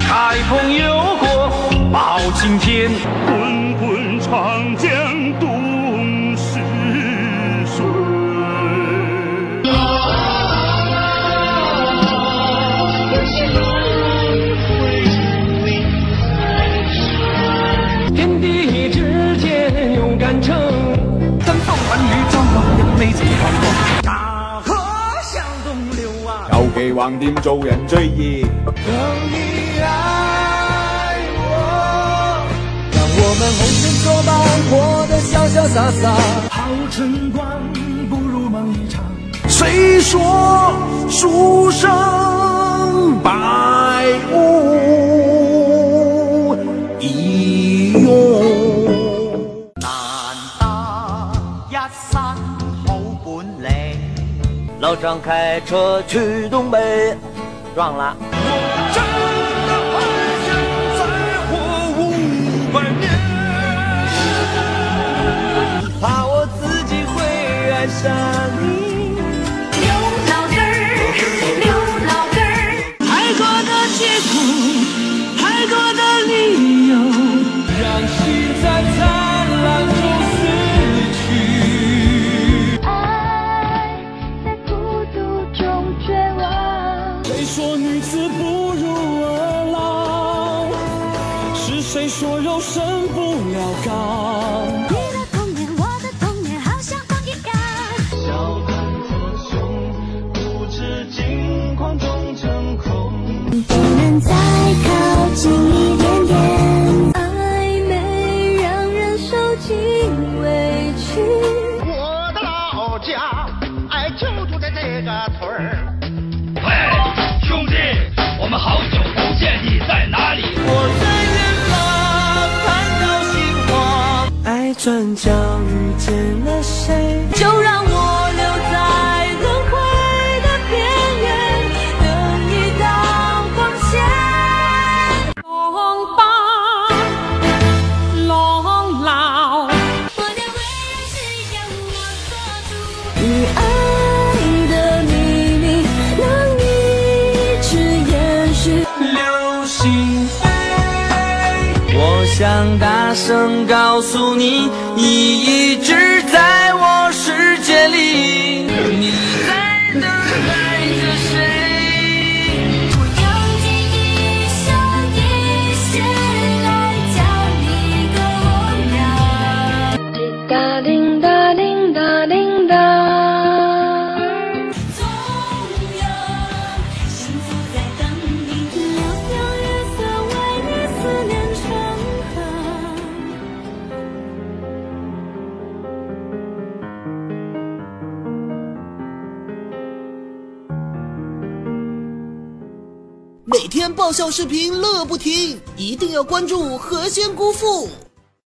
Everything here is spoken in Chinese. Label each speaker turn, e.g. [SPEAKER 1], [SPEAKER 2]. [SPEAKER 1] 海朋友国报青天，
[SPEAKER 2] 滚滚长江东逝水。
[SPEAKER 1] 天地之间勇敢撑。争风碗雨中，人未曾彷徨。大河向东流啊，
[SPEAKER 3] cầu kỳ hoàng điểm, 做人最易.
[SPEAKER 1] 等你爱我。
[SPEAKER 4] 让我们红尘作伴，活得潇潇洒洒。
[SPEAKER 1] 好春光不如梦一场，
[SPEAKER 3] 谁说书生百无一用？
[SPEAKER 4] 老张开车去东北，撞了。
[SPEAKER 1] 真的好想再活五百年。
[SPEAKER 4] 怕我自己会爱上你。
[SPEAKER 5] 刘老根儿，刘老根儿。
[SPEAKER 6] 太多的借口，太多的理由，
[SPEAKER 1] 让心在灿烂中死去。
[SPEAKER 5] 爱在孤独中绝望。
[SPEAKER 1] 谁说女子不如儿郎？是谁说肉身不了
[SPEAKER 5] 你
[SPEAKER 1] 钢？
[SPEAKER 5] 的童年，我的童年，好像风一样。不能再靠近一点点。暧昧让人受尽委屈。
[SPEAKER 7] 我的老家，哎，就住在这个村儿。
[SPEAKER 8] 喂，兄弟，我们好久不见，你在哪里？
[SPEAKER 6] 爱转角遇见了谁，就让我留在轮回的边缘，等一道光线。浪吧，浪老。
[SPEAKER 5] 我的未来是由我做主。你爱的秘密能一直延续。
[SPEAKER 1] 流星
[SPEAKER 4] 我想大声告诉你，你一直在我世界里。你在等待着谁？
[SPEAKER 5] 我用尽一生一世来教你个我俩。滴答叮答叮答叮答。总有幸福在等你，流光月色为你思念成河。
[SPEAKER 9] 每天爆笑视频乐不停，一定要关注何仙姑父。